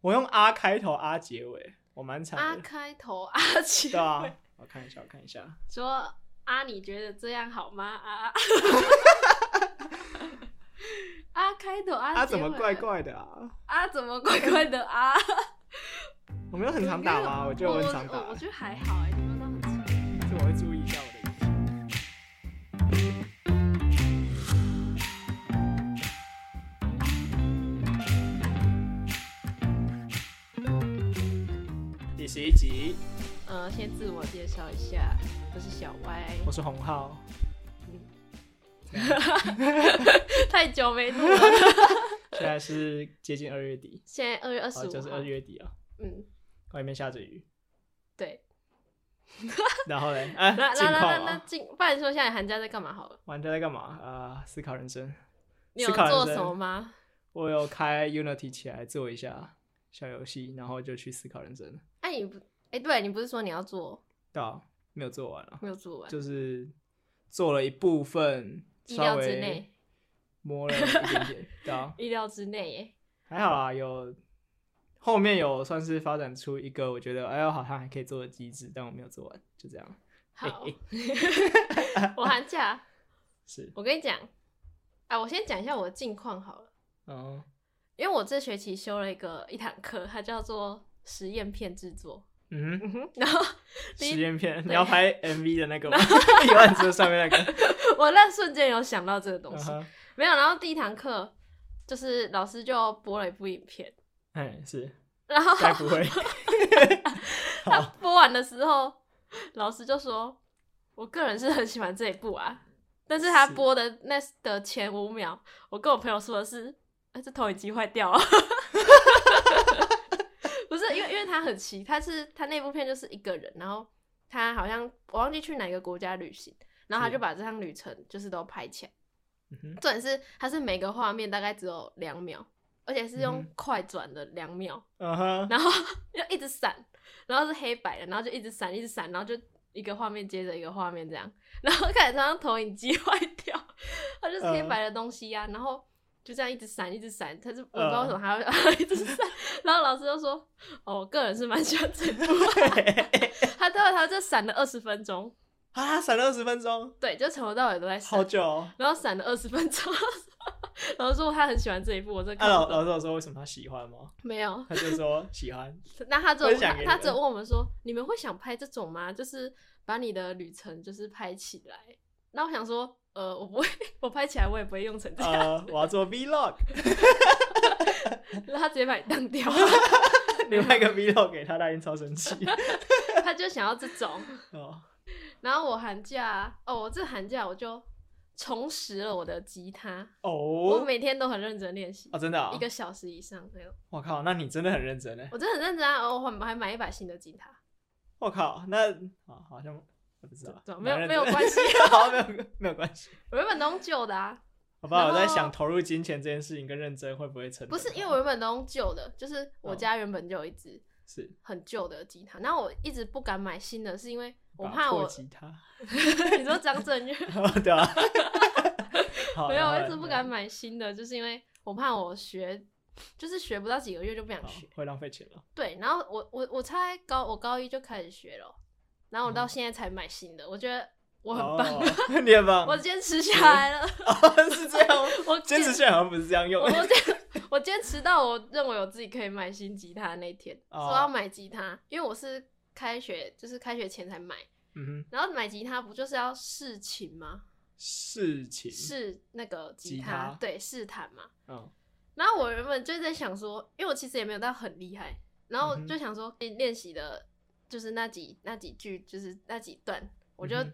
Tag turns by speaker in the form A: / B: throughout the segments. A: 我用 R 开头，R 结尾，我蛮
B: 阿
A: 惨的。
B: 开头阿奇，
A: 对啊，我看一下，我看一下。
B: 说啊，你觉得这样好吗？啊， 啊开头啊，
A: 啊，怎么
B: 结尾
A: 怪？怪的啊？
B: 啊，怎么怪怪的啊？
A: 我没有 很常打吗？我觉得
B: 我
A: 我很常打
B: 我，我觉得还好哎、欸，你们都很熟。
A: 这我会注意一下我的语气。第十一集，
B: 呃，先自我介绍一下，我是小歪，
A: 我是洪浩。
B: 太久没录了，
A: 现在是接近二月底，
B: 现在二月二十
A: 哦，
B: 五，
A: 就是二，月底啊，
B: 嗯，
A: 外面下着雨，
B: 对。
A: 然后嘞，哎，
B: 那
A: 近
B: 那那
A: 况
B: 那那
A: 啊，
B: 进，不然说现在寒假在干嘛好了？
A: 玩家在干嘛啊、思考人生，
B: 你有
A: 思考人
B: 做
A: 生
B: 什么吗？
A: 我有开 Unity 起来做一下小游戏，然后就去思考人生了，
B: 哎、你不，哎、对你不是说你要做，
A: 对啊，没有做完啊，
B: 没有做完？
A: 就是做了一部分，
B: 意
A: 稍
B: 料之
A: 微
B: 内，
A: 摸了一点 点，对啊，
B: 意料之内耶。
A: 还好啊，有后面有算是发展出一个我觉得哎呦好像还可以做的机制，但我没有做完，就这样，
B: 好，我寒假，
A: 是，
B: 我跟你讲，啊，我先讲一下我的近况好了，
A: 嗯，
B: 哦因为我这学期修了一个一堂课，它叫做实验片制作，
A: 嗯哼。
B: 嗯哼，然后第一
A: 实验片，你
B: 对
A: 要拍 MV 的那个吗？ 一万字上面那 个。
B: 我那瞬间有想到这个东
A: 嗯
B: 西，
A: 哼
B: 没有，然后第一堂课就是老师就播了一部影片，
A: 哎，是，
B: 然后
A: 该 不会？
B: 他
A: 好，
B: 播完的时候，老师就说：“我个人是很喜欢这一部啊，但是他
A: 是
B: 播的那的前五秒，我跟我朋友说的是，啊、这投影机 坏掉了。不是因为因为他很奇，他是他那部片就是一个人，然后他好像我忘记去哪个国家旅行，然后他
A: 是
B: 就把这趟旅程就是都拍起来。
A: 嗯哼
B: 重点是他是每个画面大概只有两秒，而且是用
A: 嗯哼
B: 快转的两秒。
A: 嗯哼，
B: 然后 就一直闪，然后是黑白的，然后就一直闪，一直闪，然后就一个画面接着一个画面这样， 然后看起来像投影机 坏掉，它就是
A: 嗯
B: 黑白的东西呀、然后就这样一直闪，一直闪，它是我不知道
A: 嗯
B: 为什么 还要、一直闪，然后老师就说，哦，我个人是蛮喜欢这部， 他最后他就闪了二十分钟，
A: 啊，闪了二十分钟，
B: 对，就从头到尾都在闪
A: 好，久哦。
B: 然后闪了二十分钟， 然后说他很喜欢这一部，我这
A: 啊，老老师有说为什么他喜欢吗？
B: 没有，
A: 他就说喜欢。
B: 那他只
A: 分
B: 有
A: 享
B: 他
A: 给你
B: 他
A: 们
B: 只有问我们说，你们会想拍这种吗？就是把你的旅程就是拍起来。那我想说，呃，我不会， 我拍起来我也不会用成这样。
A: 呃，我要做 vlog，嗯
B: 然后他直接把你当 掉，
A: 你拍个 vlog 给他，他一定超生气。
B: 他就想要这种。
A: 哦，
B: 然后我寒假，哦，我这寒假我就重拾了我的吉他，我
A: 哦，
B: 每天都很认真练习，
A: 哦，真的啊
B: 一！个小时以上那种。
A: 我靠，那你真的很认真呢。欸
B: 我真的很认真啊，哦我还还买一把新的吉他，
A: 我靠，那啊，好像我不知
B: 怎
A: 道，
B: 么没有
A: 蛮认
B: 没有
A: 真
B: 关系，
A: 好，没有没有关系。
B: 我原本都用旧的啊。
A: 好吧，
B: 然
A: 我在
B: 后
A: 想投入金钱这件事情跟认真会不会成等
B: 不
A: 号？
B: 是，因为我原本都用旧的，就是我
A: 嗯
B: 家原本就有一只
A: 是
B: 很旧的吉他，然后我一直不敢买新的，是因为我
A: 把
B: 怕
A: 破
B: 我，
A: 吉他，
B: 你说张震岳
A: 对 啊， 好
B: 没有，
A: 然后
B: 我
A: 嘞
B: 一直不敢买新的，就是因为我怕我学，就是学不到几个月就不想
A: 好
B: 学。
A: 会浪费钱了。
B: 对，然后我我我猜高我高一就开始学了，然后我到现在才买新的，我觉得我很棒，
A: 嗯 哦， 你很棒，
B: 我坚持下来了，
A: 哦是 这样吗，
B: 我
A: 坚持下来好像不是这样用
B: 我。我坚我坚持到我认为我自己可以买新吉他的那一天，
A: 哦
B: 说要买吉他，因为我是开学就是开学前才买，
A: 嗯哼，
B: 然后买吉他不就是要试琴吗？
A: 事情，
B: 试那个
A: 嗯
B: 吉
A: 吉他
B: 对，试弹嘛。
A: 嗯，
B: 然后我原本就在想说，因为我其实也没有到很厉害，然后
A: 嗯哼
B: 就想说练练习的，就是那几那几句，就是那几段，我就
A: 嗯哼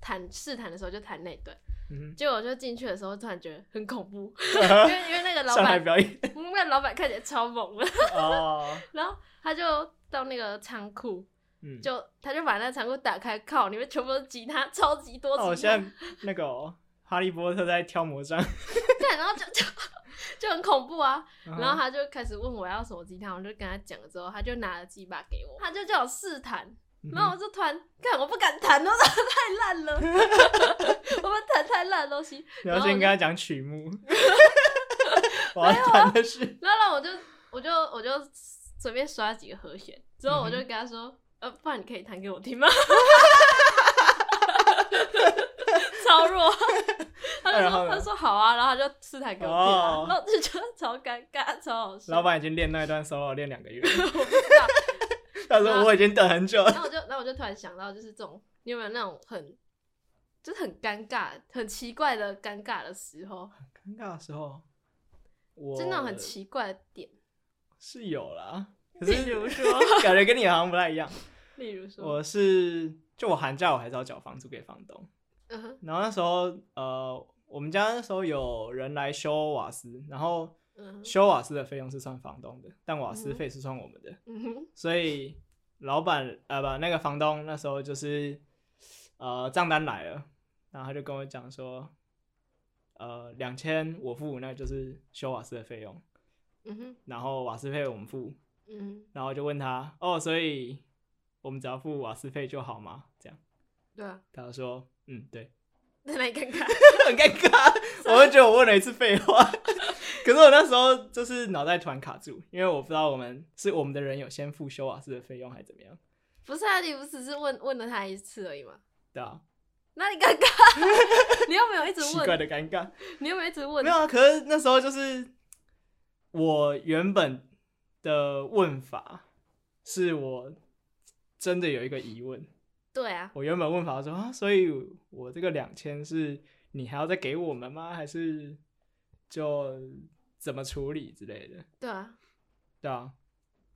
B: 弹试弹的时候就弹那一段，
A: 嗯
B: 结果我就进去的时候突然觉得很 恐怖，因
A: 哼，
B: 为因为那个老
A: 上台
B: 板，
A: 表演
B: 因为老板看起来超猛的，
A: 哦，
B: 然后他就到那个仓库，
A: 嗯，
B: 就他就把那仓库打开，靠，里面全部都是吉他，超级多
A: 那我
B: 吉
A: 哦现
B: 他，
A: 在那个哦哈利波特在挑魔杖，
B: 看，然后就 就就很恐怖啊。
A: 然
B: 然后他就开始问我要什么吉他，我就跟他讲了之后，他就拿了几把给我，他就叫我试弹，
A: 嗯
B: 然后我就突然看我不敢弹，我 弹太烂了，我们弹太烂的东西，
A: 你
B: 然
A: 要
B: 后
A: 先跟
B: 我就
A: 他讲 曲目，我要弹的是
B: 然后我就我就我就随便刷几个和弦，之后
A: 嗯
B: 我就跟他说，呃，不然你可以弹给我听吗？ 超弱，他
A: 哎
B: 就
A: 然后
B: 说
A: 呢
B: 他说好啊，然后他就试弹给我听、啊
A: 哦
B: 然后我就觉得超尴尬，超好笑。
A: 老板已经练那一段 solo 练两个月，
B: 我不知道
A: 他说我已经等很久了。
B: 然后我就， 然后我就突然想到，就是这种，你有没有那种很，就是很尴尬、很奇怪的尴尬的时候，
A: 尴尬的时候，我
B: 就那种很奇怪的点，
A: 是有啦，可
B: 例
A: 是
B: 如说，
A: 感觉跟你好像不太一样。
B: 例如说，
A: 我是就我寒假我还是要缴房租给房东，
B: 嗯哼，
A: 然后那时候呃，我们家那时候有人来修瓦斯，然后
B: 嗯哼，
A: 修瓦斯的费用是算房东的，但瓦斯
B: 嗯哼
A: 费是算我们的，
B: 嗯哼，
A: 所以老板呃不那个房东那时候就是呃账单来了，然后他就跟我讲说，呃两千我付，那就是修瓦斯的费用，
B: 嗯哼，
A: 然后瓦斯费我们付，
B: 嗯哼，
A: 然后就问他哦，所以我们只要付瓦斯费就好吗？这样，
B: 对啊，
A: 他说嗯对。
B: 在那里尴尬，
A: 很尴尬，我会觉得我问了一次废 话。可是我那时候就是脑袋突然卡住，因为我不知道我们是我们的人有先付修瓦斯的费用还是怎么样，
B: 不是啊，你不只是问问了他一次而已嘛，
A: 对啊，
B: 那你尴尬，你又没有一直
A: 奇怪
B: 问，
A: 的尴尬。
B: 你又没有一直问
A: 没，有啊，可是那时候就是我原本的问法是啊我真的有一个疑问，
B: 对啊，
A: 我原本问法说啊，所以我这个两千是你还要再给我们吗？还是就怎么处理之类的？
B: 对啊，
A: 对啊，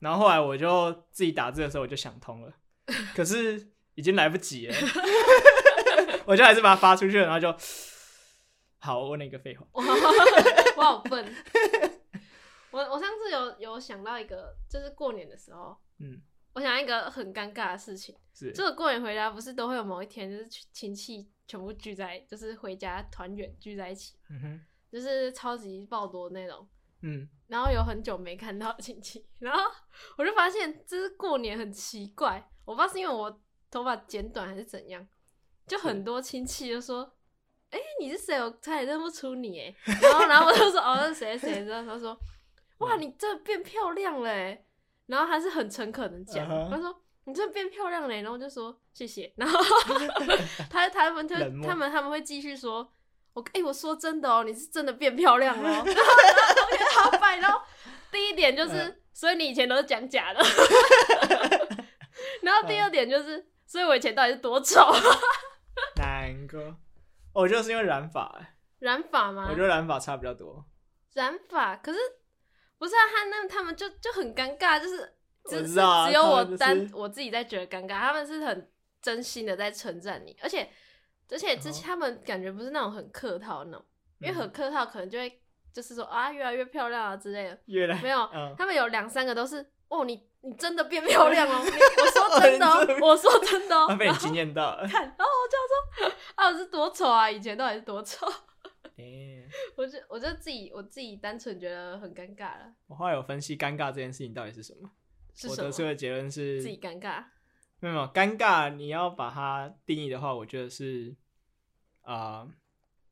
A: 然后后来我就自己打字的时候我就想通了，可是已经来不及了， 我就还是把它发出去了，然后就好，我问了一个废话，
B: 我好我好笨。我我上次有有想到一个，就是过年的时候，
A: 嗯，
B: 我想到一个很尴尬的事情，
A: 是，
B: 就是过年回家不是都会有某一天，就是亲戚全部聚在，就是回家团圆聚在一起，
A: 嗯哼，
B: 就是超级爆多那种。
A: 嗯，
B: 然后有很久没看到亲戚， 然后我就发现，就是过年很奇怪，我不知道是因为我头发剪短还是怎样，就很多亲戚就说：“哎、你是谁？我差点认不出你。”哎，然后然后我就说：“哦，那谁谁谁。”然后他
A: 嗯
B: 说：“哇，你真的变漂亮了。欸。”然后他是很诚恳的讲
A: 嗯哼
B: 他说：“你真的变漂亮了欸。”然后我就说：“谢 谢。”然后他他们就
A: 冷漠
B: 他们他们会继续说。我哎、我说真的哦，你是真的变漂亮了哦，然后然后我觉得好拜，然后第一点就是，
A: 嗯
B: 所以你以前都是讲 假的，然后第二点就是，所以我以前到底是多丑，
A: 难过，我哦就是因为染发、欸
B: 染发吗
A: 我？觉得染发差比较多，
B: 染发，可是不是啊？他那他们就就很尴尬，就是
A: 我
B: 只
A: 知道啊
B: 只有
A: 他
B: 我
A: 们就是
B: 单、我自己在觉得尴尬，他们是很真心的在称赞你，而且而且之前
A: 哦
B: 他们感觉不是那种很客套那种，因
A: 嗯
B: 为很客套可能就会就是说啊越来越漂亮啊之类的，
A: 越来
B: 没有，
A: 嗯
B: 他们有两三个都是哦，你你真的变漂亮哦了，你我说 真的、
A: 你真
B: 哦
A: 的，
B: 我说真 的、哦
A: 啊，被
B: 然
A: 你
B: 后
A: 惊艳到了，
B: 看，然后我就说啊，我是多丑啊，以前到底是多丑，
A: 欸
B: 我就我就自己我自己单纯觉得很尴尬了，
A: 我后来有分析尴尬这件事情到底是什么，
B: 是
A: 我
B: 什
A: 得
B: 么？
A: 出的结论是
B: 自己尴尬，
A: 没有没有尴尬，你要把它定义的话，我觉得是啊、呃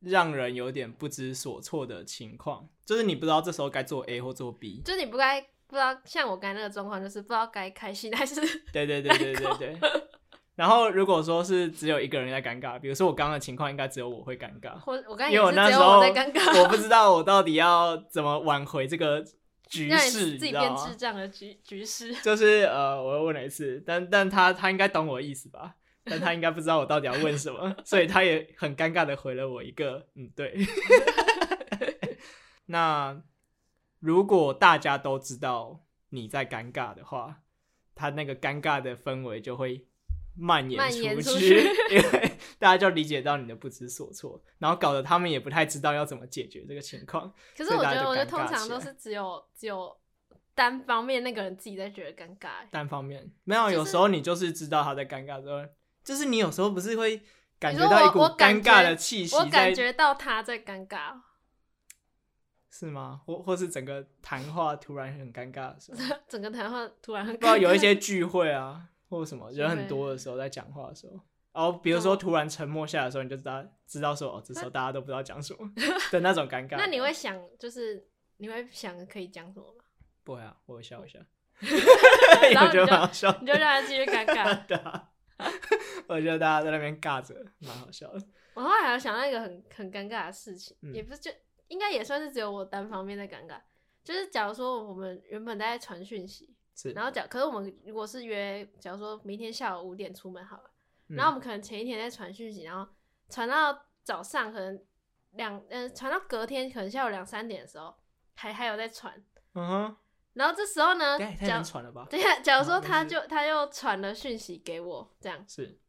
A: 让人有点不知所措的情况，就是你不知道这时候该做 A 或做 B。
B: 就你不该不知道，像我刚才那个状况就是不知道该开心 还是
A: 对对对对对对。然后如果说是只有一个人在尴尬，比如说我刚刚的情况，应该只有我会尴尬，
B: 或我刚才
A: 因为
B: 也是
A: 我那
B: 只
A: 时
B: 有
A: 候
B: 我在尴尬，
A: 我 不知道我到底要怎么挽回这个局
B: 让你
A: 势，
B: 自
A: 你
B: 己
A: 知道
B: 变
A: 吗
B: 智？障的局 局势，
A: 就是呃，我又问了一次，但但他他应该懂我意思吧？但他应该不知道我到底要问什么， 所以他也很尴尬的回了我一个嗯，对。 那如果大家都知道你在尴尬的话，他那个尴尬的氛围就会蔓延
B: 蔓
A: 出
B: 延
A: 去，
B: 出去
A: 因为大家就理解到你的不知所措，然后搞得他们也不太知道要怎么解决这个情况。
B: 可
A: 所
B: 是
A: 以
B: 我
A: 大
B: 觉
A: 家
B: 得，
A: 就
B: 我觉得
A: 尴
B: 通
A: 尬
B: 常
A: 起
B: 都
A: 来
B: 是只有只有单方面那个人自己在觉得尴尬。
A: 单方面，没有，有时候你就是知道他在尴尬之后，就是你有时候不是会感觉到一股
B: 你说我我
A: 尴
B: 感觉
A: 尬的气息
B: 我
A: 在
B: 感，觉到他在尴尬，
A: 是吗？或或是整个谈话突然很尴尬的时候， 不
B: 整个谈话突然很
A: 知道有一
B: 尴尬
A: 些聚会啊，或什么
B: 聚会
A: 人很多的时候在讲话的时候，然后比如说突然沉默下来的时候，你就知道知道说哦，这时候大家都不知道讲什 么的那种尴尬。
B: 那你会想，就是你会想可以讲什么吗？
A: 不会啊？我会笑一下，
B: 然
A: 我
B: 后你
A: 觉得
B: 就
A: 蛮好笑的，
B: 你就让他继续尴 尬。
A: 对啊， 我觉得大家在那边尬着，蛮好笑的。
B: 我后来还有想到一个很很尴尬的事情，
A: 嗯
B: 也不是就应该也算是只有我单方面在尴尬，就是假如说我们原本在传讯息，
A: 是，
B: 然后假可是我们如果是约，假如说明天下午五点出门好了，
A: 嗯
B: 然后我们可能前一天在传讯息，然后传到早上可能两呃传到隔天可能下午两三点的时候还还有在传，
A: 嗯哼，
B: 然后这时候呢，
A: 等一下也太
B: 假
A: 难传了吧？
B: 对呀，假如说
A: 嗯
B: 他
A: 就是
B: 就他又传了讯息给我这样，
A: 是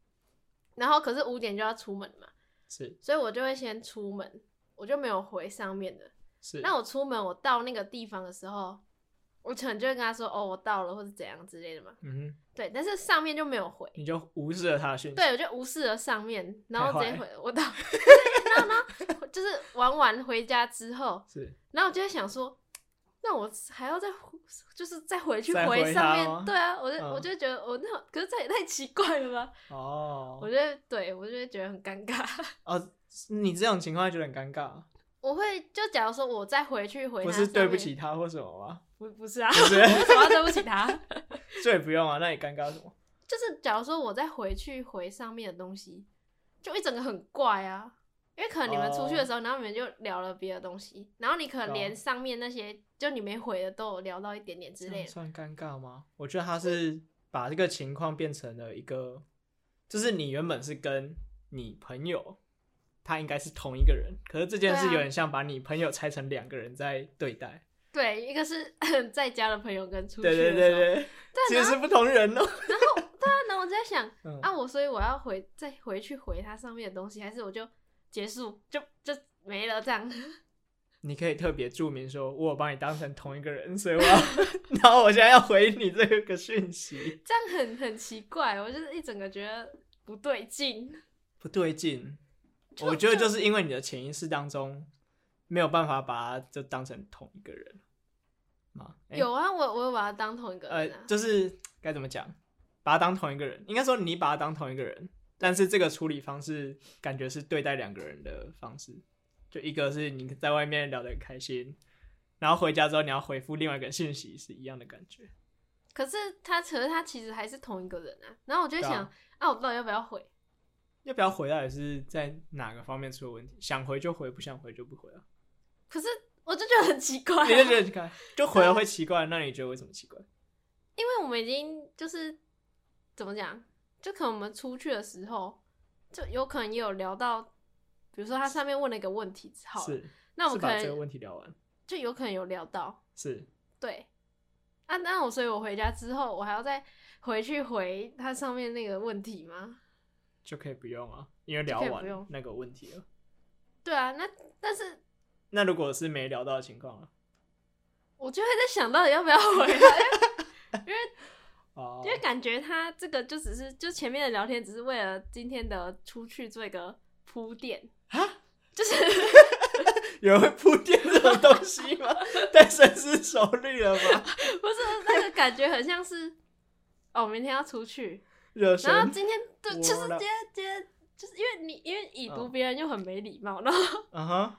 B: 然后可是五点就要出门嘛。
A: 是
B: 所以我就会先出门，我就没有回上面的。
A: 是，
B: 那我出门，我到那个地方的时候，我可能就会跟他说：“哦，我到了，或者怎样之类的嘛。
A: 嗯哼，”
B: 对，但是上面就没有回，
A: 你就无视了他的讯息，
B: 对我就无视了上面，然后直接
A: 嗯太
B: 回 我到，然后呢，就是玩完回家之后，
A: 是
B: 然后我就会想说，那我还要再回就是再回去
A: 再回
B: 回上
A: 他
B: 面，
A: 吗
B: 对啊，我就、
A: 嗯
B: 我就觉得我那可是这也太奇怪了吧，
A: 哦
B: 我觉得对我就会觉得很尴尬。
A: 哦，你这种情况就很尴尬，
B: 我会就假如说我再回去回
A: 不
B: 他
A: 是对
B: 上
A: 不
B: 面
A: 起他或什么吗？
B: 不不是啊，
A: 不是
B: 我为什么要对不 起他？
A: 这也不用啊，那你尴尬什么？
B: 就是假如说我再回去回上面的东西，就一整个很怪啊，因为可能你们出去的时候然后你们就聊了别的东西，然后你可能连
A: 哦
B: 上面那些就你没回的都有聊到一点点之
A: 这
B: 类
A: 样
B: 的。
A: 算尴尬吗？我觉得他是把这个情况变成了一个，就是你原本是跟你朋友，他应该是同一个人，可是这件事
B: 对啊
A: 有点像把你朋友拆成两个人在对待。
B: 对，一个是 在家的朋友跟出去的
A: 对
B: 时
A: 对
B: 候，
A: 对对，其实是不同人哦。
B: 对啊，然后我就在想
A: 嗯，
B: 啊，我所以我要回再回去回他上面的东西，还是我就结束就就没了这样？
A: 你可以特别注明说，我有把你当成同一个人，所以我要， 然后我现在要回你这个讯息，
B: 这样很很奇怪，我就是一整个觉得不对劲。
A: 不对劲。
B: 就
A: 我觉得就是因为你的潜意识当中没有办法把它就当成同一个人嘛。诶
B: 有啊，我我有把它当同一个
A: 呃
B: 人啊，，
A: 就是该怎么讲，把它当同一个人，应该说你把它当同一个人，但是这个处理方式感觉是对待两个人的方式，就一个是你在外面聊得很开心，然后回家之后你要回复另外一个信息是一样的感觉。
B: 可是他，可是他其实还是同一个人啊。然后我就会
A: 对
B: 想，
A: 啊
B: 啊我到底要不要回？
A: 要不要回到底是在哪个方面出了问题？想回就回，不想回就不 回啊。
B: 可是我就觉得很奇怪 啊、
A: 你就觉得奇怪，就回了会奇怪，那你觉得为什么奇怪？
B: 因为我们已经就是怎么讲，就可能我们出去的时候，就有可能也有聊到，比如说他上面问了一个问题，好了，
A: 是，
B: 那我
A: 是
B: 可
A: 把这个
B: 能
A: 问题聊完。
B: 就有可能有聊到，
A: 是，
B: 对。啊，那我所以，我回家之后，我还要再回去回他上面那个问题吗？
A: 就可以不用啊，因为
B: 就
A: 聊
B: 可以不
A: 完
B: 用
A: 那个问题了。
B: 对啊，那但是
A: 那如果是没聊到的情况呢？啊
B: 我就会在想到底要不要回来，因
A: 哦
B: 为因为感觉他这个就只是就前面的聊天只是为了今天的出去做一个铺垫，
A: 啊，
B: 就是
A: 有人会铺垫这种东西吗？太深思熟虑了吧，
B: 不是那个感觉很像是哦，明天要出去，
A: 热身。
B: 然后今天对，就是
A: 我
B: 今
A: 了
B: 天今天就是因为你因为已读
A: 嗯
B: 别人就很没礼貌，然后
A: 嗯哼，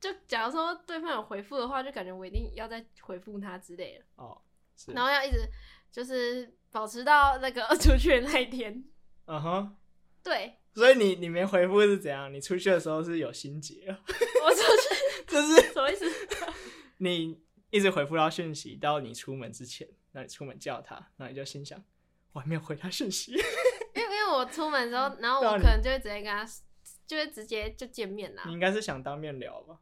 B: 就假如说对方有回复的话，就感觉我一定要再回复他之类的，
A: 哦，是，
B: 然后要一直就是保持到那个 出去的那一天，
A: 嗯哼。
B: 对
A: 所以你你没回复是怎样？你出去的时候是有心结啊，
B: 我出 去
A: 就是
B: 什么意思？
A: 你一直回复到讯息，到你出门之前，那你出门叫他，那你就心想，我还没有回他讯息。
B: 因为因为我出门之后，然后
A: 对
B: 我
A: 啊
B: 可
A: 你
B: 能就会直接跟他，就会直接就见面啦
A: 你。应该是想当面聊 吧？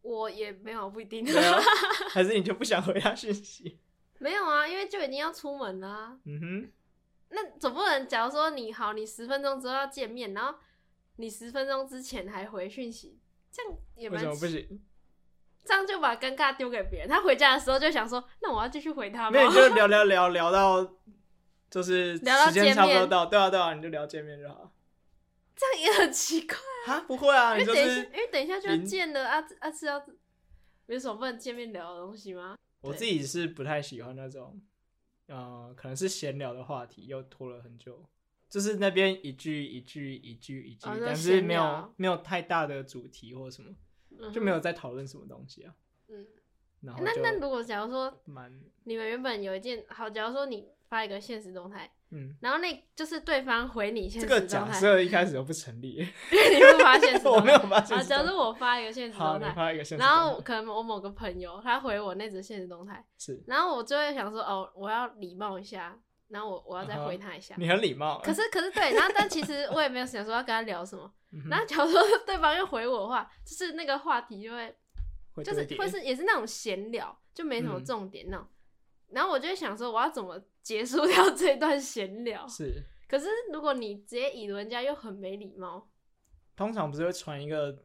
B: 我也没有不 一定，
A: 没有，还是你就不想回他讯息？
B: 没有啊，因为就已经要出门啦。
A: 嗯哼，
B: 那总不能，假如说你好，你十分钟之后要见面，然后你十分钟之前还回讯息，这样也
A: 为
B: 蛮
A: 什么不行？
B: 这样就把尴尬丢给别人。他回家的时候就想说，那我要继续回他吗
A: 没？有，你就聊聊聊聊到，就是
B: 聊到
A: 时间差不
B: 见
A: 多
B: 面
A: 到，对啊对啊，你就聊见面就好了。
B: 这样也很奇怪，
A: 啊，不会 啊，你
B: 因为
A: 就
B: 等一下，
A: 是
B: 因为等一下就要
A: 零
B: 见了啊啊是要有什么不能见面聊的东西吗？
A: 我自己是不太喜欢那种，呃，可能是闲聊的话题又拖了很久，就是那边一句一句一句一句，
B: 哦那
A: 但
B: 闲
A: 是没有
B: 聊
A: 没有太大的主题或什么，就没有在讨论什么东西啊。
B: 嗯哼。嗯
A: 然后
B: 那
A: 就
B: 嗯那如果假如说
A: 蛮
B: 你们原本有一件好，假如说你发一个现实动态，
A: 嗯，
B: 然后那就是对方回你现
A: 这
B: 实
A: 个
B: 动
A: 假
B: 态，
A: 设一开始就不成立，
B: 因为你不发现实动 态，
A: 我没有发现
B: 啊，
A: 实动态
B: 假如我发一个现实
A: 好，
B: 动
A: 你
B: 态，
A: 发一个现实动态，
B: 然后可能我某个朋友他回我那则现实动态，
A: 是
B: 然后我就会想说，哦，我要礼貌一下，然后我我要
A: 啊
B: 再回他一下。
A: 你很礼貌，
B: 可是可是对，然后但其实我也没有想说要跟他聊什么。
A: 嗯哼
B: 然后假如说 对方又回我的话，就是那个话题就会
A: 会
B: 就
A: 多
B: 是
A: 一点
B: 会是也是那种闲聊，就没什么
A: 嗯
B: 重点那种。然后我就会想说，我要怎么结束掉 这段闲聊？
A: 是
B: 可是如果你直接已读人家又很没礼貌，
A: 通常不是会传一个不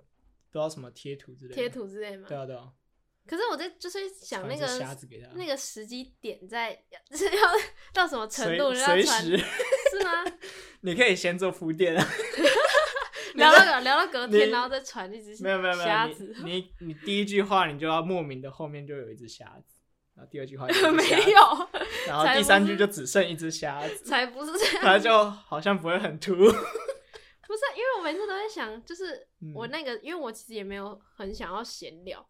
A: 知道什么贴图之类的
B: 贴，图之类嘛
A: 对。啊对啊，
B: 可是我在就是想
A: 传
B: 那
A: 一
B: 个
A: 只瞎子啊给他，
B: 那个时机点在，就是要 到什么程
A: 随
B: 度要
A: 随
B: 传
A: 时
B: 是吗？
A: 你可以先做铺 垫啊，
B: 聊到隔聊到隔天，
A: 你
B: 然后再传一只
A: 没有没有没
B: 瞎
A: 有
B: 子，，
A: 你你你第一句话你就要莫名的后面就有一只瞎子，然后第二句话也
B: 没
A: 有一只瞎子，
B: 有，
A: 然后
B: 才
A: 第
B: 不
A: 三
B: 是
A: 句就只剩一只瞎子，
B: 才不是这
A: 他
B: 样，
A: 就好像不会很突兀，
B: 不是，因为我每次都在想，就是
A: 嗯
B: 我那个，因为我其实也没有很想要闲聊，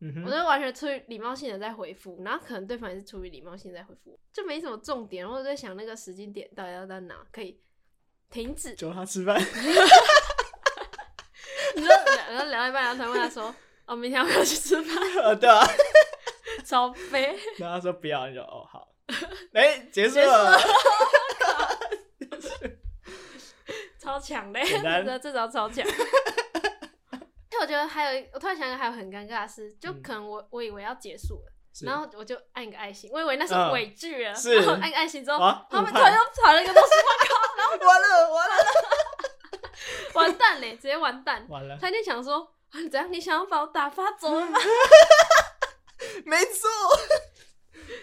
A: 嗯哼，
B: 我都完全出于礼貌性的在回复，然后可能对方也是出于礼貌性在回复我，就没什么重点，然后我就在想那个时间点到底要在哪可以停止，
A: 叫他吃 饭，
B: 你说聊然后聊一半，然后突然问他说。哦，明天要不要去吃饭？
A: 呃对啊，
B: 超飞，
A: 然后他说不要，你就哦好， 哎结束
B: 结束
A: 了，
B: 超强的，
A: 简单
B: 这这招超强。 但我觉得还有一，我突然想起还有很尴尬的事，就
A: 嗯
B: 可能我我以为要结束了，
A: 是
B: 然后我就按一个爱心，我以为那是
A: 嗯
B: 尾句了，
A: 是
B: 然后按个爱心之后，
A: 啊
B: 他们
A: 误
B: 突
A: 判
B: 然又传了一个东西，
A: 啊完了完了
B: 完蛋嘞，直接完蛋。
A: 完了，
B: 他就想说，啊怎样？你想要把我打发走了 吗？
A: 没错，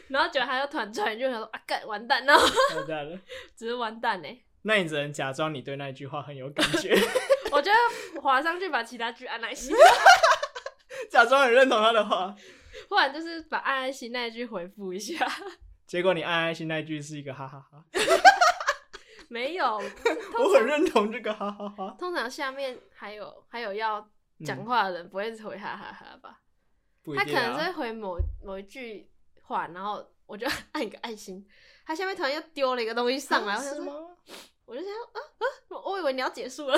B: 然后结果他又突然传一句，想说啊，干完蛋，然后
A: 完蛋了。
B: 只是完蛋嘞。
A: 啊那你只能假装你对那句话很有感觉，
B: 我就滑上去把其他句按爱心，
A: 假装很认同他的话，
B: 不然就是把按爱心那一句回复一下。
A: 结果你按爱心那句是一个哈哈哈，
B: 哎没有，
A: 我很认同这个哈哈哈。
B: 通常下面还有还有要
A: 嗯
B: 讲话的人不会只回哈哈哈吧？
A: 不一
B: 他可
A: 定啊
B: 能是会回某某一句话，然后我就 按一个爱心，他下面突然又丢了一个东西上来，
A: 啊
B: 我想
A: 是
B: 说，
A: 吗？
B: 我就想说啊啊，我我以为你要结束了，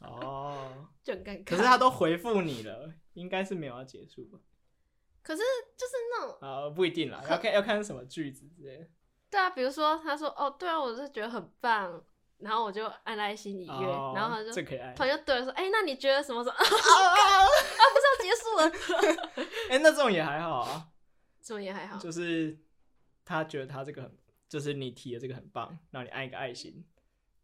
A: 哦，
B: 就很尴尬。
A: 可是他都回复你了，应该是没有要结束吧？
B: 可是就是那种
A: 啊，不一定啦，要看要看是什么句子之类的。
B: 对啊，比如说他说哦对啊，我是觉得很棒，然后我就按爱心已约，
A: 哦
B: 然后他就
A: 这可以爱
B: 突。然又对我说哎、那你觉得什么什么 啊不是要结束了？
A: 哎，那这种也还好啊，
B: 这么也还好，
A: 就是他觉得他这个很，就是你提的这个很棒，然后你按一个爱心，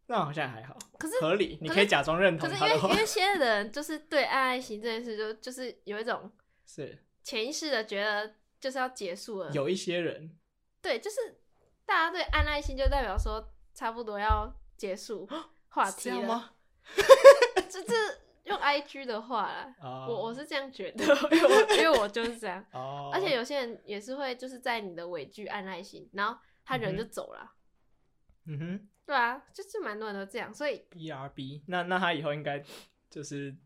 A: 那好像还好，
B: 可是
A: 合理，你
B: 可
A: 可以假装认
B: 可
A: 同
B: 是因
A: 他的
B: 为
A: 话
B: 因。为现在的人就是对爱爱情这件事就就是有一种
A: 是
B: 潜意识的觉得就是要结束了，
A: 有一些人
B: 对，就是大家对爱爱心就代表说差不多要结 束话
A: 是
B: 题
A: 这样
B: 了，
A: 吗？
B: 就是用 IG 的话 啦，
A: 啊，
B: 我我是这样觉得，因为我因为我就是这样，
A: 哦，
B: 而且有些人也是会就是在你的尾句按爱心，然后他人就走了，
A: 嗯哼
B: 对啊，就是蛮多人都这样，所以
A: ，B R B，那那他以后应该就是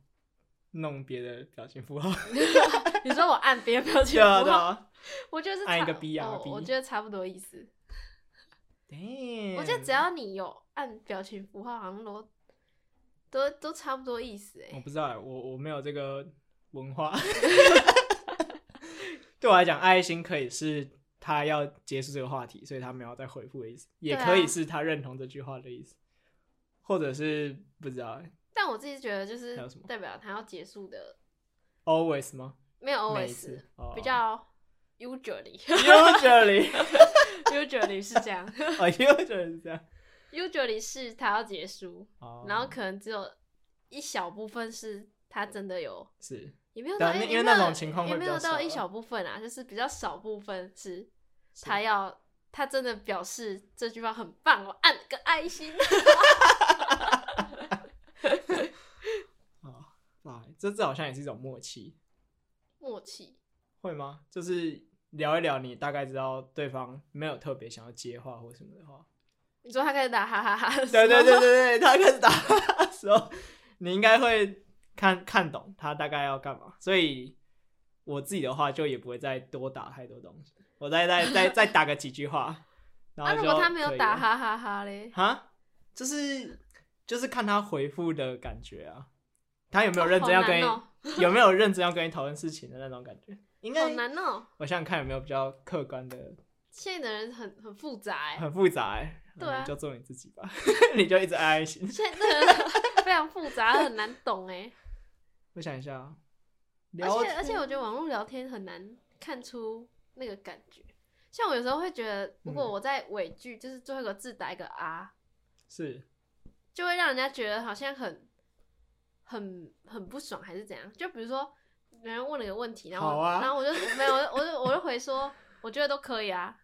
A: 弄别的表情符号，
B: 你说我按别人表情
A: 对啊
B: 符
A: 对
B: 号，
A: 啊
B: 我觉得是
A: 按一
B: 差
A: 个 B R
B: 哦
A: B
B: 我觉得差不多意思。
A: ，Damn，
B: 我觉得只要你有按表情符号，好像都都都差不多意思哎、
A: 我不知道欸，我我没有这个文 化，对我来讲，爱心可以是他要结束这个话题，所以他没有再回复的意思，也
B: 对啊
A: 可以是他认同这句话的意思，或者是不知道欸
B: 但我自己觉得就是
A: 还有什么
B: 代表他要结束的，
A: always 吗？
B: 没有
A: 每一次
B: always、
A: 哦
B: 比较 usually
A: usually，
B: usually 是这样
A: 啊 usually 是这样，
B: ，usually 是他要结束，
A: 哦
B: 然后可能只有一小部分是他真的有，
A: 是
B: 也没有
A: 对
B: 到
A: 啊
B: 哎
A: 那
B: 也
A: 因为
B: 没有
A: 那种情况会
B: 也没有
A: 比较少
B: 到
A: 啊
B: 一小部分啊，就是比较少部分是
A: 是
B: 他要。他真的表示这句话很棒，我按了个爱心。
A: 啊，哇，这这好像也是一种默契，
B: 默契，
A: 会吗？就是聊一聊，你大概知道对方没有特别想要接话或什么的 话，
B: 你说他开始打哈哈哈的时候，
A: 对对对对对，他开始打的时候，你应该会看看懂他大概要干嘛，所以我自己的话就也不会再多打太多东西，我再再再再打个几句话。然后
B: 啊，
A: 就
B: 如果他没有
A: 哦可以
B: 打
A: 了
B: 哈哈哈嘞，
A: 哈，就是就是看他回复的感觉啊，他有没有认真
B: 哦
A: 要
B: 好
A: 跟你、
B: 难哦
A: 有没有认真要跟你讨论事情的那种感觉？应
B: 好
A: 该
B: 难哦。
A: 我想想看有没有比较客观的，
B: 现在的人很很复杂哎、
A: 很复杂、欸。
B: 对啊
A: 你就做你自己吧， 你就一直爱爱心。
B: 现在的人非常复杂，很难懂哎、
A: 我想一下啊，
B: 而
A: 聊
B: 且而且
A: 天
B: 我觉得网络聊天很难看出那个感觉。像我有时候会觉得，如果
A: 嗯
B: 我在尾句、就是最后一个字打一个啊，
A: 是
B: 就会让人家觉得好像很很很不爽，还是怎样？就比如说别人问了一个问题，然后
A: 好
B: 我、
A: 啊
B: 然后我就没有，我就我就我就回说，我觉得都可以啊，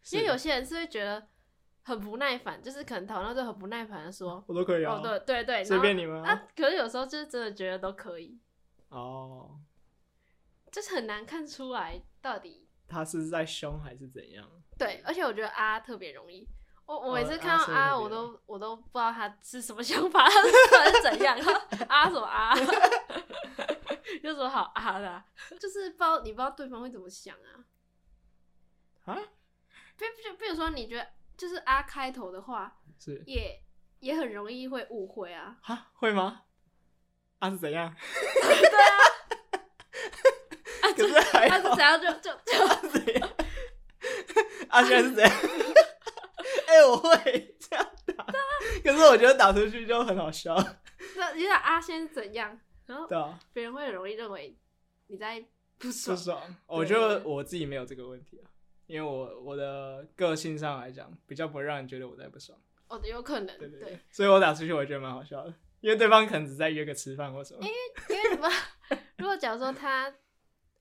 A: 是
B: 因为有些人是会觉得很不耐烦，就是可能讨论到最后很不耐烦的说，
A: 我都可以啊，
B: 哦，对对对，
A: 随
B: 然后
A: 便你们啊
B: 啊。可是有时候就是真的觉得都可以，
A: 哦，
B: 就是很难看出来到底
A: 他是在凶还是怎样？
B: 对，而且我觉得啊特别容易。我我
A: 哦
B: 每次
A: 啊
B: 看到
A: 是
B: 啊，
A: 特别
B: 我
A: 容
B: 都我都不知道他是什么想法，他是怎样 啊什么啊，有什么好啊的啊、 就是不知道你不知道对方会怎么想啊。
A: 啊，
B: 比就比如说，你觉得就是啊开头的话，
A: 是
B: 也也很容易会误会啊。
A: 哈会吗？啊是怎样？
B: 啊，
A: 可
B: 就是
A: 还
B: 啊是
A: 好
B: 怎样就就就
A: 啊怎样？ 啊现在是怎样？哎、我会这样打，可是我觉得打出去就很好笑，
B: 那你想啊先怎样，然后
A: 对啊，
B: 别人会很容易认为你在不
A: 不
B: 爽。
A: 爽。我觉得我自己没有这个问题啊，因为我我的个性上来讲，比较不会让人觉得我在不爽。
B: 哦，有可能，
A: 对对对，
B: 对，
A: 所以我打出去我觉得蛮好笑的，因为对方可能只是在约个吃饭或什
B: 哎
A: 么。
B: 因为什么？ 如果假如说他，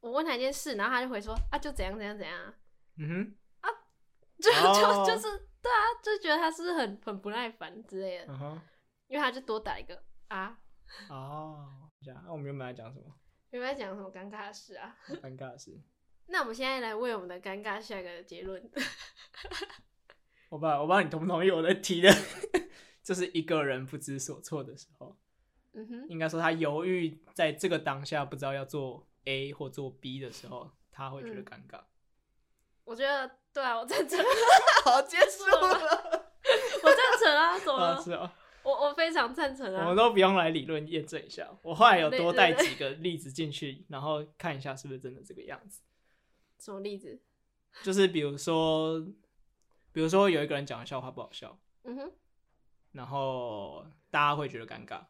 B: 我问他一件事，然后他就回说啊，就怎样怎样怎样啊，
A: 嗯哼，
B: 就、
A: 哦
B: 就就是对啊，就觉得他是不是很很不耐烦之类的，
A: 嗯哼，
B: 因为他就多打一个啊，
A: 哦，这样，那、我们原本来讲什么？
B: 有没有讲什么尴尬的事啊？
A: 好尴尬的事，
B: 那我们现在来为我们的尴尬下一个结论。
A: 我不知道我不知道你同不同意我的提的， 就是一个人不知所措的时候。
B: 嗯 哼，
A: 应该说他犹豫在这个当下不知道要做 A 或做 B 的时候，他会觉
B: 嗯
A: 得尴 尬。
B: 我觉得对啊，我赞成，
A: 好，结束了。
B: 我赞成啊，怎 么
A: 啊，
B: 了？
A: 是哦，
B: 我我非常赞成
A: 我
B: 啊
A: 们。都不用来理论验证一下。我后来有多带
B: 对对
A: 几个例子进去，然后看一下是不是真的这个样子。
B: 什么例子？
A: 就是比如说，比如说有一个人讲的笑话不好笑，
B: 嗯哼，
A: 然后大家会觉得尴尬。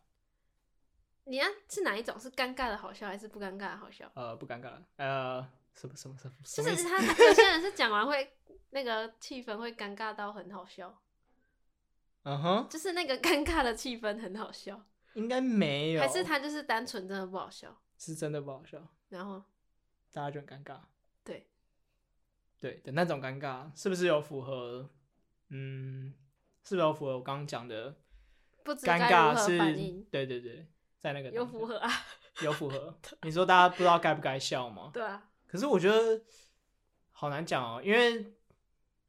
B: 你那是哪一种？是尴尬的好笑，还是不尴尬的好笑？
A: 呃，不尴尬，呃，什么什么什么什
B: 就
A: 么意
B: 是
A: 思？
B: 他有些人是讲完会那个气氛会尴尬到很好笑，
A: 嗯哼，
B: 就是那个尴尬的气氛很好笑，
A: 应该没有，
B: 还是他就是单纯真的不好笑，
A: 是真的不好笑，
B: 然后
A: 大家就很尴尬。
B: 对，
A: 对的那种尴尬，是不是有符合？嗯，是不是有符合我刚刚讲的
B: 不知
A: 尴
B: 该
A: 尬
B: 如
A: 是
B: 何反应，？
A: 对对对，在那个
B: 有
A: 当下
B: 符合啊，
A: 有符合。你说大家不知道该不该笑吗？
B: 对啊，
A: 可是我觉得好难讲哦，因为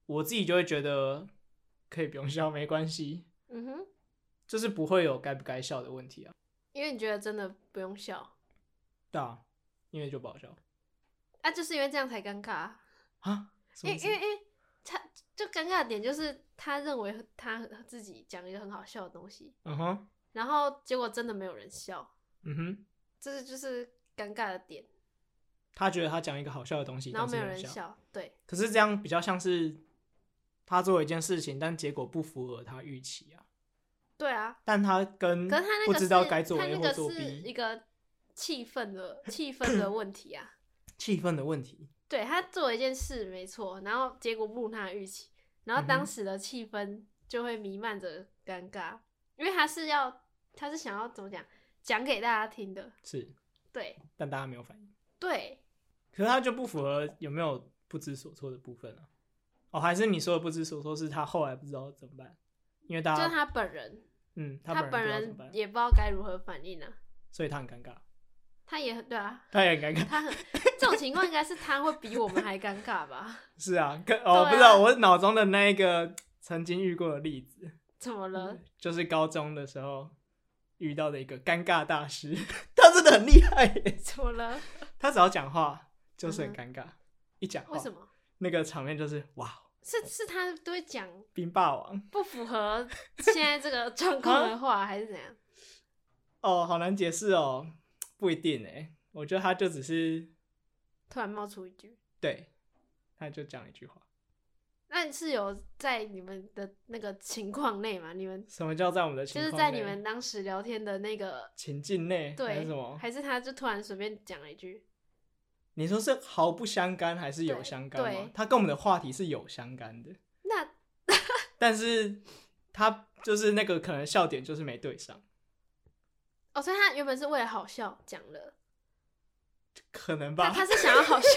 A: 我自己就会觉得可以不用笑，没关系，
B: 嗯哼，
A: 就是不会有该不该笑的问题啊。
B: 因为你觉得真的不用笑
A: 对啊，因为就不好笑
B: 啊，就是因为这样才尴尬啊，
A: 啊。什么
B: 因为
A: 意思
B: 因为因为他就尴尬的点就是他认为他自己讲一个很好笑的东西，
A: 嗯哼，
B: 然后结果真的没有人笑，
A: 嗯哼，
B: 这是就是尴尬的点，
A: 他觉得他讲一个好笑的东西，
B: 然后
A: 但是
B: 没有
A: 有
B: 人
A: 笑。
B: 笑，对。
A: 可是这样比较像是他做一件事情，但结果不符合他预期啊。
B: 对啊，
A: 但他跟
B: 可是他那
A: 嗯
B: 个
A: 不知道
B: 是
A: 该做
B: 他
A: A
B: 那
A: 或
B: 个
A: 做
B: 是一
A: B
B: 个气氛的气氛的问题啊。
A: 气氛的问题，
B: 对他做了一件事没错，然后结果不如他的预期，然后
A: 嗯
B: 当
A: 哼
B: 时的气氛就会弥漫着尴尬，因为他是要他是想要怎么讲讲给大家听的，
A: 是，
B: 对
A: 但大家没有反应。
B: 对，
A: 可是他就不符合有没有不知所措的部分啊？哦，还是你说的不知所措是他后来不知道怎么办，因为大
B: 就是
A: 家
B: 他本人，
A: 嗯，
B: 他
A: 本人不知道
B: 人
A: 怎么办，
B: 也不知道该如何反应啊，
A: 所以他很尴尬，
B: 他也很对啊，
A: 他也很尴尬。
B: 他很这种情况应该是他会比我们还尴尬吧？
A: 是啊，跟哦，
B: 对啊
A: 不知道我脑中的那一个曾经遇过的例子，
B: 怎么了？
A: 就是高中的 时候遇到的一个尴尬大师，他真的很厉害耶。
B: 怎么了？
A: 他只要讲话就是很尴尬，一讲话
B: 嗯为什么？
A: 那个场面就是哇，哦
B: 是是他都会讲
A: 冰霸王
B: 不符合现在 这个
A: 啊
B: 状况的话，还是怎样？
A: 哦，好难解释哦，不一定哎，我觉得他就只是
B: 突然冒出一句，
A: 对，他就讲一句话。
B: 那是有在你们的那个情况内嘛？你们
A: 什么叫在我们的情
B: 就是
A: 况
B: 在你
A: 内
B: 们当时聊天的那个
A: 情境内还
B: 对
A: 是什么？
B: 还是他就突然随便讲了一句，
A: 你说是毫不相干还是有
B: 对
A: 相干吗
B: 对？
A: 他跟我们的话题是有相干的，
B: 那
A: 但是他就是那个可能笑点就是没对上，
B: 哦，所以他原本是为了好笑讲了，
A: 可能
B: 他
A: 吧，
B: 他是想要 好笑，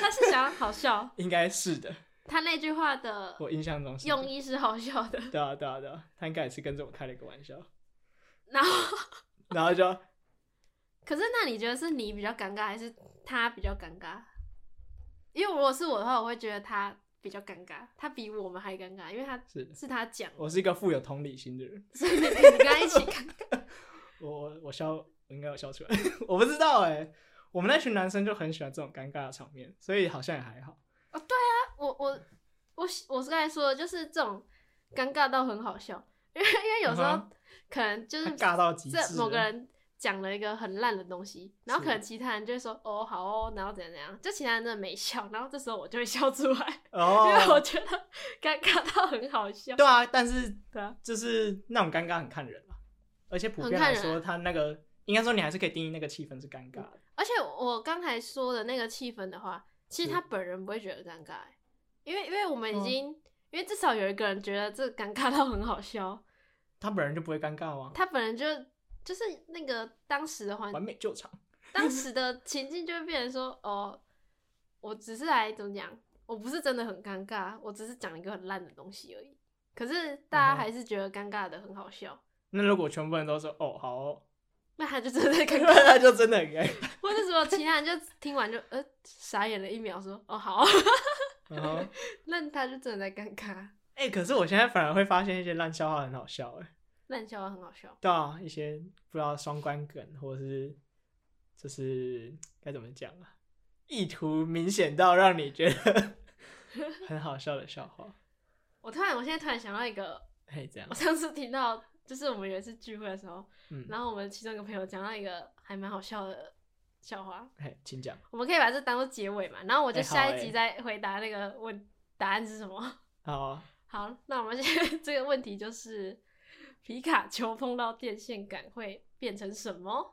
B: 他是想要好笑，
A: 应该是的，
B: 他那句话的
A: 我印象中是的
B: 用意是好笑的，
A: 对啊对啊对啊，他应该也是跟着我开了一个玩笑，
B: 然后。
A: 然后就
B: 可是那你觉得是你比较尴尬，还是他比较尴尬？因为如果是我的话，我会觉得他比较尴尬，他比我们还尴尬，因为他
A: 是
B: 是他讲，
A: 我是一个富有同理心的人，
B: 所以你你跟他一起尴尬。
A: 我我我笑我应该有笑出来， 我不知道哎、我们那群男生就很喜欢这种尴尬的场面，所以好像也还好。
B: 我我我我是刚才说的，就是这种尴尬到很好笑，因为因为有时候
A: 嗯哼
B: 可能嗯就是
A: 他尬到极致了
B: 这某个人讲了一个很烂的东西，然后
A: 是
B: 可能其他人就会说哦好哦，然后怎样怎样，就其他人真的没笑，然后这时候我就会笑出来，
A: 哦，
B: 因为我觉得尴尬到很好笑。
A: 对啊，但是
B: 对啊，
A: 就是那种尴尬很看人嘛，而且普遍
B: 很
A: 来
B: 看人啊
A: 说，他那个应该说你还是可以定义那个气氛是尴尬的，
B: 而且我刚才说的那个气氛的话，其实
A: 是
B: 他本人不会觉得尴尬欸，因为因为我们已
A: 嗯
B: 经、因为至少有一个人觉得这尴尬到很好笑，
A: 他本人就不会尴尬吗？啊
B: 他本人就就是那个当时的 环
A: 完美救场，
B: 当时的情境就会变成说，哦，我只是来怎么讲，我不是真的很尴尬，我只是讲了一个很烂的东西而已。可是大
A: 嗯
B: 家
A: 哼
B: 还是觉得尴尬的很好笑，
A: 那如果全部人都说哦好 哦，
B: 那他就 真的在尴尬，
A: 那就真的很尴 尬。
B: 或者说其他人就听完就呃傻眼了一秒说哦好，
A: 嗯哼
B: 那他就真的在尴尬。
A: 哎、可是我现在反而会发现一些烂笑话很好笑哎、
B: 烂笑话很好笑，
A: 对啊，一些不知道双关梗或者是就是该怎么讲啊，意图明显到让你觉 得很好笑的笑话，
B: 我突然我现在突然想到一个，
A: 嘿这样
B: 我，上次听到就是我们有一次聚会的时候，
A: 嗯，
B: 然后我们其中一个朋友讲到一个还蛮好笑的笑话，
A: 嘿，请讲。
B: 我们可以把这当做结尾嘛，然后我就
A: 哎好
B: 下一集
A: 哎
B: 再回答那个问答案是什么。
A: 好啊，
B: 好，那我们现在 这个问题就是皮卡丘碰到电线杆会变成什么？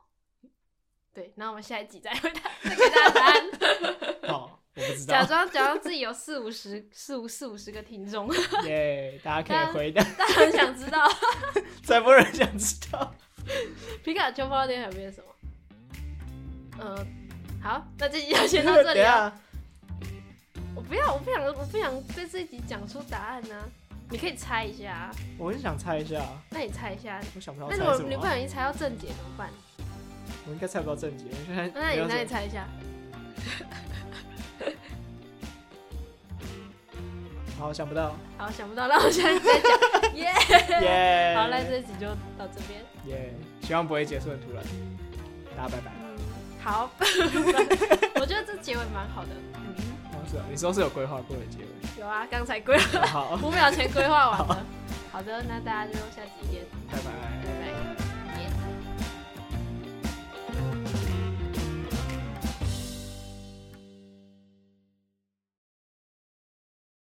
B: 对，那我们下一集再回答，再给大家答 案。
A: 好，我不知道
B: 假。装假装自己有四五十、四五四五十个听众，
A: 耶大家可以回答，
B: 大家很想知道
A: 才不会有人想知道。
B: 皮卡丘碰到电线杆变成什么。呃，好，那这集就先到这
A: 等一
B: 里啊了。
A: 下，
B: 我不要，我不想，我不想对这一集讲出答案呢、你可以猜一下啊、
A: 我是想猜一下，啊
B: 那你猜一下，
A: 我想不到
B: 那
A: 猜
B: 如果
A: 什
B: 你不
A: 么啊。
B: 小心猜到正解怎么办？啊
A: 我应该猜不到正解，我现在
B: 那
A: 没
B: 你
A: 有
B: 那
A: 什
B: 你
A: 么
B: 猜一下，
A: 好，我想不到。
B: 好，想不到，那我现在 再讲，耶、
A: 耶，
B: 好，那这一集就到这边，
A: 耶，希望不会结束很突然。大家拜拜。
B: 嗯，好， 我觉得这结尾蛮好的，嗯，
A: 哦，是啊，你说是有规划过的结 尾。
B: 有啊，刚才规划，
A: 好，
B: 五秒前规划完了，好的，那大家就下集见，
A: 拜拜
B: 拜。拜。